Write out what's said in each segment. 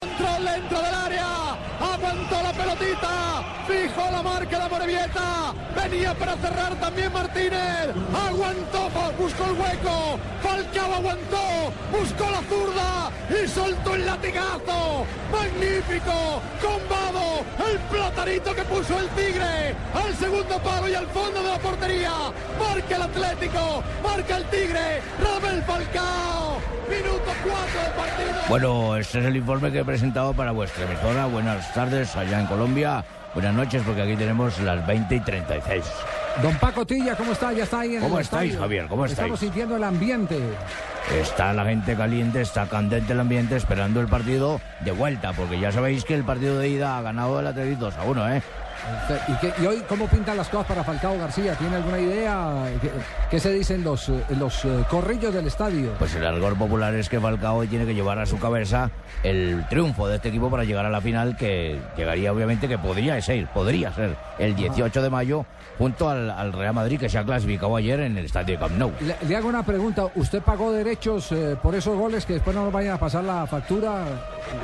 Control dentro del área. Aguantó la pelotita. Fijó la marca la Morevieta. Venía para cerrar también Martínez. Aguantó, buscó el hueco. Falcao aguantó. Buscó la zurda. Y soltó el latigazo. Magnífico. Combado. El platanito que puso el Tigre. Al segundo palo y al fondo de la portería. Marca el Atlético. Marca el Tigre. Ramel Falcao. Minuto 4 del partido. Bueno, este es el informe que he presentado para vuestra emisora. Buenas tardes allá en Colombia. Buenas noches, porque aquí tenemos las 20 y 36. Don Paco Tilla, ¿cómo está? Ya está ahí en ¿Cómo el estáis, estadio. Javier? ¿Cómo Estamos estáis? sintiendo el ambiente. Está la gente caliente, está candente el ambiente, esperando el partido de vuelta, porque ya sabéis que el partido de ida ha ganado el Atlético 2 a 1, ¿eh? ¿Y, qué- y hoy cómo pintan las cosas para Falcao García? ¿Tiene alguna idea? ¿Qué, qué se dicen los, eh, los eh, corrillos del estadio? Pues el argor popular es que Falcao hoy tiene que llevar a su cabeza el triunfo de este equipo para llegar a la final que llegaría obviamente que podría ser, podría ser el 18 de mayo junto al, al Real Madrid que se ha clasificado ayer en el estadio Camp Nou. Le, le hago una pregunta. ¿Usted pagó derechos eh, por esos goles que después no nos vayan a pasar la factura?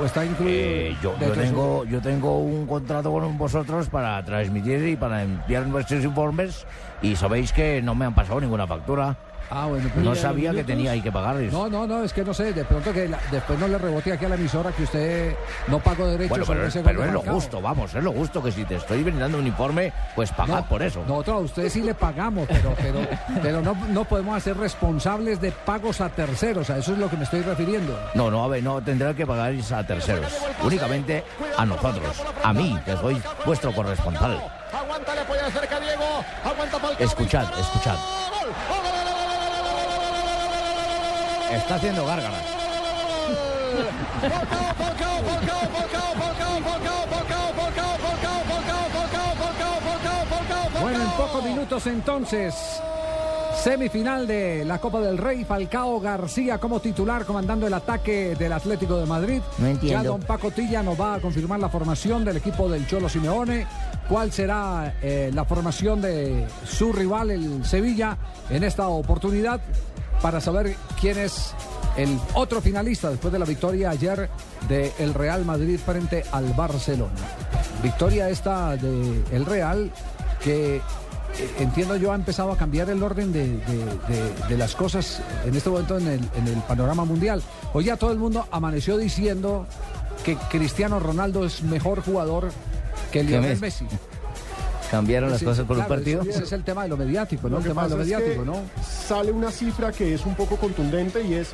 ¿O está incluido? Eh, yo, yo dentro de su- tengo, yo tengo un contrato con vosotros para transmitir y para enviar nuestros informes y sabéis que no me han pasado ninguna factura. Ah, bueno. pues- No sabía que tenía ahí que pagarles. No, no, no, es que no sé, de pronto que la- después no le rebote aquí a la emisora que usted no pagó derechos Bueno, sobre pero, ese gol pero de es lo Falcao. justo, vamos, es lo justo que si te estoy brindando un informe, pues pagad por eso. Nosotros a ustedes sí le pagamos, pero, pero, pero no, no podemos hacer responsables de pagos a terceros, a eso es lo que me estoy refiriendo. No, no, a ver, no, tendrá que pagar a terceros. Únicamente a nosotros, a mí, que soy vuestro corresponsal. Aguanta, le apoya de cerca Diego. Aguanta Falcao. Escuchad, dispara. escuchad. Gol, gol, gol, gol, gol, gol, gol, gol, gol, Está haciendo gárgaras. gol. Falcao, Falcao, Falcao, Falcao, Falcao, Falcao, Falcao, Falcao, Falcao, Falcao, Falcao, Falcao, Falcao, Falcao, Falcao. Bueno, en pocos minutos entonces, semifinal de la Copa del Rey, Falcao García como titular comandando el ataque del Atlético de Madrid. No entiendo. Ya don Paco Tilla nos va a confirmar la formación del equipo del Cholo Simeone, cuál será eh, la formación de su rival, el Sevilla, en esta oportunidad, para saber quién es el otro finalista después de la victoria ayer del Real Madrid frente al Barcelona. Victoria esta del Real que eh, entiendo yo ha empezado a cambiar el orden de, de- de- de las cosas en este momento en el, en el panorama mundial. Hoy ya todo el mundo amaneció diciendo que Cristiano Ronaldo es mejor jugador que Lionel Messi? Messi. ¿Cambiaron Sí, claro, Ese, ese es el tema de lo mediático, ¿no? Lo El que tema de lo pasa es mediático, que ¿no? Sale una cifra que es un poco contundente y es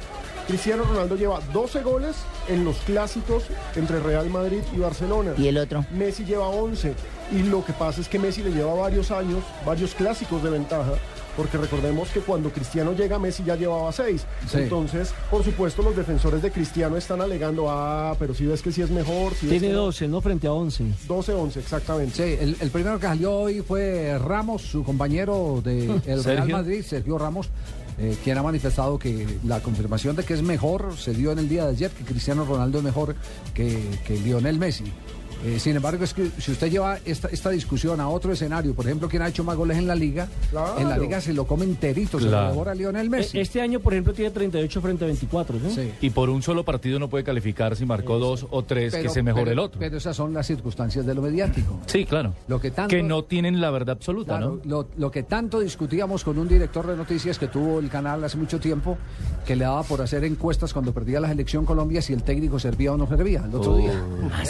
Cristiano Ronaldo lleva 12 goles en los clásicos entre Real Madrid y Barcelona. el otro? Messi lleva 11 y lo que pasa es que Messi le lleva varios años, varios clásicos de ventaja, porque recordemos que cuando Cristiano llega Messi ya llevaba 6. Sí. Entonces, por supuesto, los defensores de Cristiano están alegando, ah, pero si ves que sí es mejor, si ves Tiene que no". 12, no frente a 11. 12-11 exactamente. Sí, el, el primero que salió hoy fue Ramos, su compañero del Real Sergio. Madrid, Sergio Ramos, eh, quien ha manifestado que la confirmación de que es mejor se dio en el día de ayer, que Cristiano Ronaldo es mejor que, que Lionel Messi. Eh, sin embargo, es que si usted lleva esta, esta discusión a otro escenario, por ejemplo, quien ha hecho más goles en la liga, Claro. en la liga se lo come enterito, se lo Claro. devora Lionel Messi. E- Este año, por ejemplo, tiene 38 frente a 24, ¿no? Sí. Y por un solo partido no puede calificar si marcó dos o tres, que se mejore pero- el otro. Pero esas son las circunstancias de lo mediático. sí, claro. Lo que tanto- no tienen la verdad absoluta, Claro, ¿no? lo, lo que tanto discutíamos con un director de noticias que tuvo el canal hace mucho tiempo, que le daba por hacer encuestas cuando perdía la selección Colombia si el técnico servía o no servía el otro día.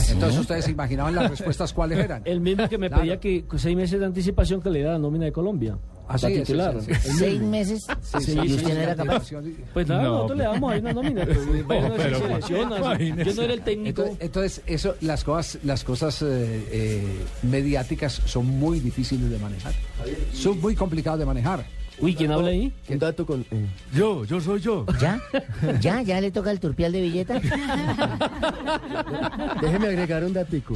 Entonces ustedes se imaginaban las respuestas cuáles eran. El mismo que me Claro. pedía que con seis meses de anticipación que le da la nómina de Colombia. Así para es, titular. sí, sí, sí. El Seis mismo. meses? Sí, sí, ¿Y sí, usted sí, no era la capaz? televisión. Pues nada, No. nosotros le damos ahí una nómina. pero bueno, No, se pero- selecciona, imagínese. Yo no era el técnico. Entonces, entonces, eso, las cosas, las cosas eh, eh, mediáticas son muy difíciles de manejar. Son muy complicadas de manejar. Uy, ¿quién habla ahí? Un dato con... eh. Yo, yo soy yo. ¿Ya? ¿Ya? ¿Ya le toca el turpial de billeta? Déjeme agregar un datico.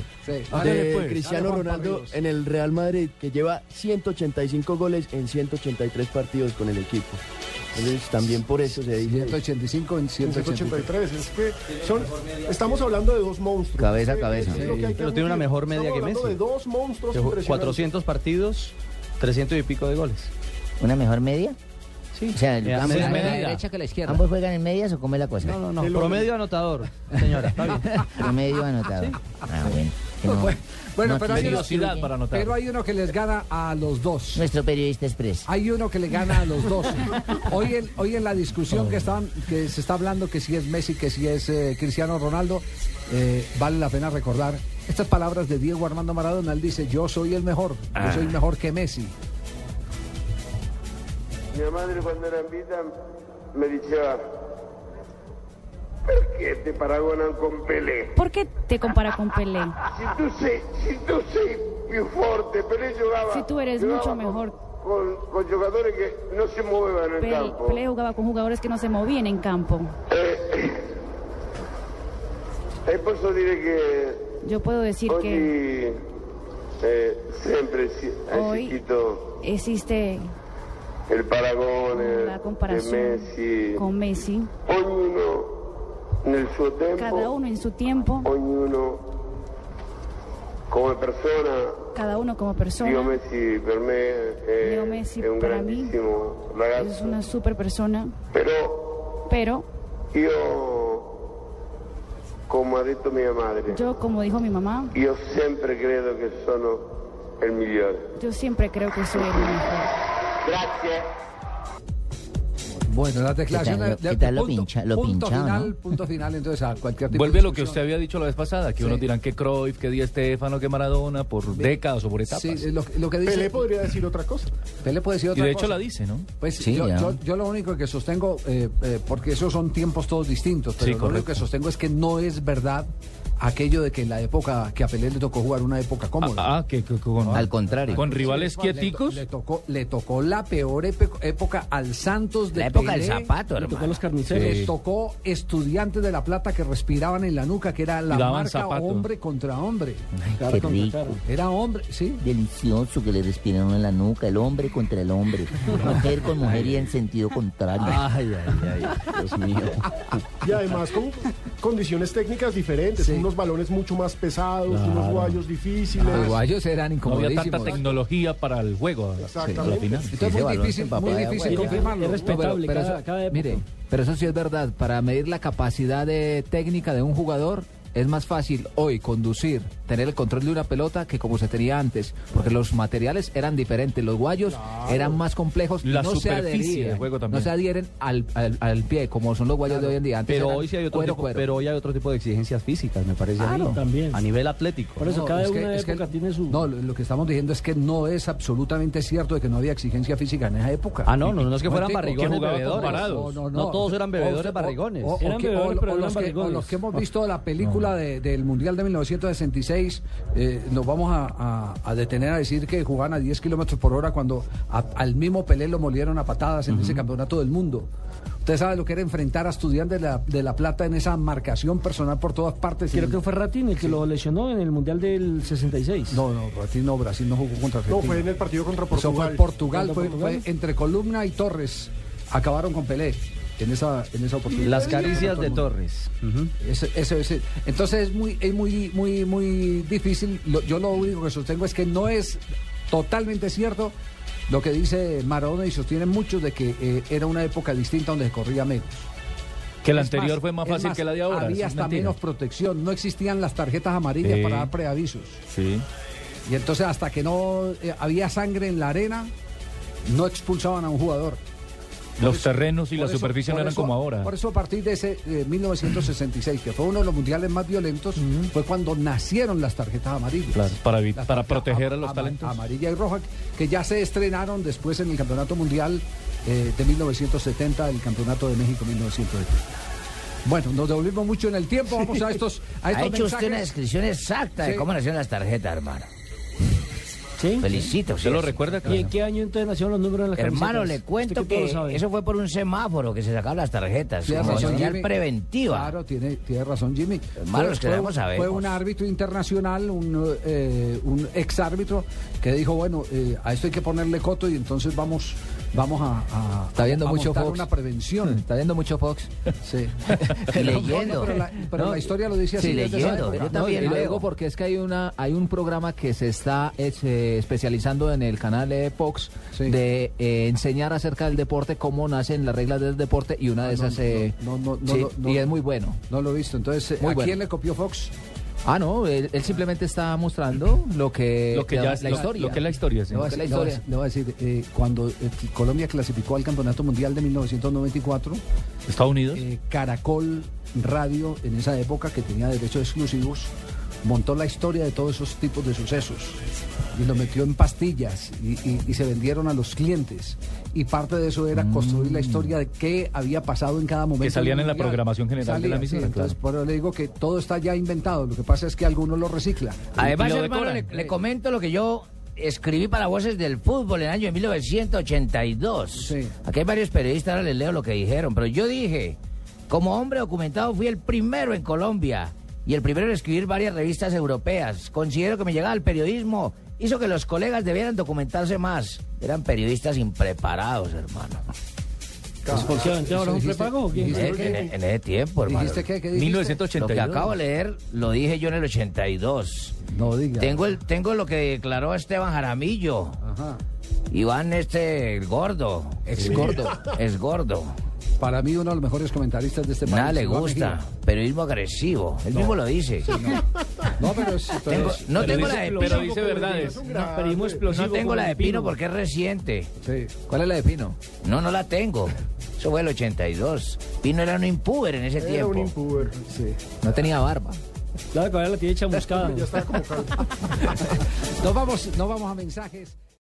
Ándale, De pues. Cristiano Dale, Juanpa, Ronaldo amigos. en el Real Madrid, que lleva 185 goles en 183 partidos con el equipo. Entonces, también por eso se dice... 185 en 183. Es que son- estamos hablando de dos monstruos. Cabeza a Sí, cabeza. es lo que hay que Pero tiene una admitir. mejor media Estamos que hablando Messi. de dos monstruos Que ju- impresionantes. 400 partidos, 300 y pico de goles. ¿Una mejor media? Sí. O sea, el- Eh, ambos, sí, es juegan- media. Derecha que la izquierda. ¿Ambos juegan en medias o cómo es la cosa? No, No, promedio anotador, señora. está bien. Promedio anotado. Ah, bueno. que no- Bueno, no pero, hay uno, excluye. pero hay uno que les gana a los dos. Nuestro periodista express. Hay uno que le gana a los dos. Hoy en, hoy en la discusión que, están, que se está hablando, que si es Messi, que si es eh, Cristiano Ronaldo, eh, vale la pena recordar estas palabras de Diego Armando Maradona. Él dice, yo soy el mejor, Ah. yo soy mejor que Messi. Mia madre quando era in vita mi diceva perché ti paragonano con Pelé? ¿Por qué te compara con Pelé? Se tu sei, se tu sei più forte, Pelé giocava, Si tú eres mucho giocava mejor. con, con giocatori che non si muovevano in Pelé, campo. Eh, Pelé jugaba con jugadores que no se movían en campo. E posso dire che Yo puedo decir que oggi eh, sempre si, è Oggi- esistito existe il paragone la di Messi, comparación con Messi. ognuno nel suo tempo. Cada uno en su tiempo, Ognuno come persona, cada uno como Leo persona. Messi per me è, Leo Messi è un para mí grandissimo Es ragazzo, una super persona, però pero io, come ha detto mia madre, yo, como dijo mi mamá, io sempre credo che sono il migliore. yo siempre creo que soy el mejor. Grazie. Bueno, las tal lo- declaraciones qué tal lo punto, pincha- lo punto pinchado, final, no? punto final, entonces a cualquier tipo Vuelve de a lo que usted había dicho la vez pasada, que unos dirán que Cruyff, que Di Stéfano, que Maradona, por décadas o por etapas. Sí, lo, lo que dice, Pelé podría decir otra cosa. Pelé puede decir y otra de cosa. hecho la dice, ¿no? Pues Sí, yo, ya. yo- yo lo único que sostengo, eh, eh, porque esos son tiempos todos distintos, pero Sí, lo único correcto. que sostengo es que no es verdad aquello de que en la época que a Pelé le tocó jugar una época cómoda. Ah, que, que- con- Al contrario. Con rivales Le to- quieticos. Le, tocó, le tocó la peor epe- época al Santos de La época Pelé. del zapato, Le hermano. tocó los carniceros. Sí. Les tocó estudiantes de La Plata que respiraban en la nuca, que era la Y daban marca zapato. hombre contra hombre. Cara Qué contra rico. cara. Era hombre, sí. Delicioso que le respiran uno en la nuca, el hombre contra el hombre, mujer con mujer y en sentido contrario. Ay, ay, ay, Dios mío. Y además con condiciones técnicas diferentes, unos balones mucho más pesados, unos guayos difíciles. Los guayos eran No había tanta incomodísimos. tecnología para el juego. a la- Exactamente. a la final. Entonces, muy difícil, muy difícil confirmarlo. Es respetable pero cada- eso- cada época. Mire, pero eso sí es verdad. Para medir la capacidad de técnica de un jugador, es más fácil hoy conducir, tener el control de una pelota que como se tenía antes, porque los materiales eran diferentes, los guayos eran más complejos, y La no se superficie adherían, del juego también. no se adhieren al, al- al pie como son los guayos de hoy en día. Antes Pero eran hoy sí hay otro cuero, tipo, cuero. pero hoy hay otro tipo de exigencias físicas, me Ah, parece a mí. Claro, también. A nivel atlético. eso, cada es una es época tiene su... No, lo, lo que estamos diciendo es que no es absolutamente cierto de que no había exigencia física en esa época. Ah, no, no, no es que fueran Momentico, barrigones que jugaban bebedores. comparados. No todos eran bebedores barrigones. O, o Eran que- o- bebedores, o pero eran los que, o barrigones. los que hemos visto de la película de- del Mundial de 1966, eh, nos vamos a, a- a detener a decir que jugaban a 10 kilómetros por hora cuando a- al mismo Pelé lo molieron a patadas en ese campeonato del mundo. Usted sabe lo que era enfrentar a estudiantes de la, de la Plata en esa marcación personal por todas partes. Creo Y- que fue Ratín el que lo lesionó en el Mundial del 66. No, no, Brasil no, Brasil no jugó contra Argentina. No, fue en el partido contra Eso Portugal. fue Portugal, fue, Contra Portugal. fue entre Columna y Torres. Acabaron con Pelé en esa, en esa oportunidad. Las caricias de Torres. Ese- ese- ese. Entonces es muy, es muy, muy, muy difícil. Lo- yo lo único que sostengo es que no es totalmente cierto lo que dice Maradona y sostienen muchos de que eh, era una época distinta donde se corría menos. Que la Es anterior fue más es fácil que la de ahora, eso Había es hasta mentira. menos protección, no existían las tarjetas amarillas Sí. para dar preavisos. Sí. Y entonces hasta que no eh, había sangre en la arena, no expulsaban a un jugador. Los terrenos y la Por eso- superficie no por eran eso- como ahora. Por eso a partir de ese eh, 1966, que fue uno de los mundiales más violentos, fue cuando nacieron las tarjetas amarillas. Claro, para evi- Las para tarjetas proteger a ama- los ama- talentos. Amarilla y roja, que ya se estrenaron después en el Campeonato Mundial eh, de 1970, el Campeonato de México 1970. Bueno, nos devolvimos mucho en el tiempo, vamos a estos, a Ha hecho estos usted mensajes. una descripción exacta Sí. de cómo nacieron las tarjetas, hermano. ¿Sí? Felicito. ¿Usted lo recuerda, claro. ¿Y en qué año entonces nacieron los números en las Hermano, camisetas? le Usted cuento todo que lo sabe. eso fue por un semáforo que se sacaban las tarjetas. Tiene como razón, señal Jimmy. preventiva. Claro, tiene, tiene razón Jimmy. Hermano, Fue- los fue queremos un- saber. Fue un árbitro internacional, un, eh, un ex árbitro, que dijo, bueno, eh, a esto hay que ponerle coto y entonces vamos, vamos a, a- Está viendo a mucho montar Fox. una prevención. Está viendo mucho Fox. Sí. Y No, leyendo. no, pero la, pero No, la historia lo dice así. sí, desde esa leyendo. época. Yo también leo. No, y luego, porque es que hay una hay un programa que se está es, eh, especializando en el canal eh, Fox de eh, enseñar acerca del deporte, cómo nacen las reglas del deporte y Ah, una de no, esas eh, no, no, no, sí, no, no. y es muy bueno. No lo he visto. Entonces, Muy ¿a bueno. quién le copió Fox? Ah, no, él, él simplemente está mostrando lo que, Lo que ya es- la lo- historia. lo que es la historia, sí. Le voy a Lo que es decir- la le voy a historia. decir- le voy a decir, eh, cuando eh, Colombia clasificó al Campeonato Mundial de 1994, Estados Unidos. eh, Caracol Radio, en esa época que tenía derechos exclusivos, montó la historia de todos esos tipos de sucesos y lo metió en pastillas y, y- y se vendieron a los clientes. Y parte de eso era construir la historia de qué había pasado en cada momento. Mm. Que salían en la Mundial. programación general de la Salían, sí, emisora, entonces, por eso le digo que todo está ya inventado. Lo que pasa es que algunos lo recicla. Ah, Además, Y lo hermano, le, decoran. le comento lo que yo escribí para Voces del Fútbol en el año de 1982. Aquí hay varios periodistas, ahora les leo lo que dijeron, pero yo dije, como hombre documentado fui el primero en Colombia y el primero en escribir varias revistas europeas. Considero que mi llegada al periodismo hizo que los colegas debieran documentarse más. Eran periodistas impreparados, hermano. ¿Por qué? ¿Entonces ahora es un Dijiste- prepago o qué? dijiste Eh, que- en, en ese tiempo, hermano. ¿Dijiste qué? ¿Qué dijiste? Lo que acabo de leer lo dije yo en el 82. No diga. Tengo, el, tengo lo que declaró Esteban Jaramillo. Iván este, el gordo. Ex gordo. Es gordo. Para mí uno de los mejores comentaristas de este país. Nada le Iván gusta. Mejía. Periodismo agresivo. Él mismo lo dice. No, pero es, Tengo- entonces- no Pero tengo dice- la de pero Pino. dice verdades. No, No, periodismo explosivo no tengo como la de Pino Pino. porque es reciente. ¿Cuál es la de Pino? No, no la tengo. Eso fue el 82. Pino era un impuber en ese Era tiempo. un impuber, sí. No tenía barba. Claro que ahora la tiene chamuscada. Ya estaba como calvo. Nos vamos, nos vamos a mensajes.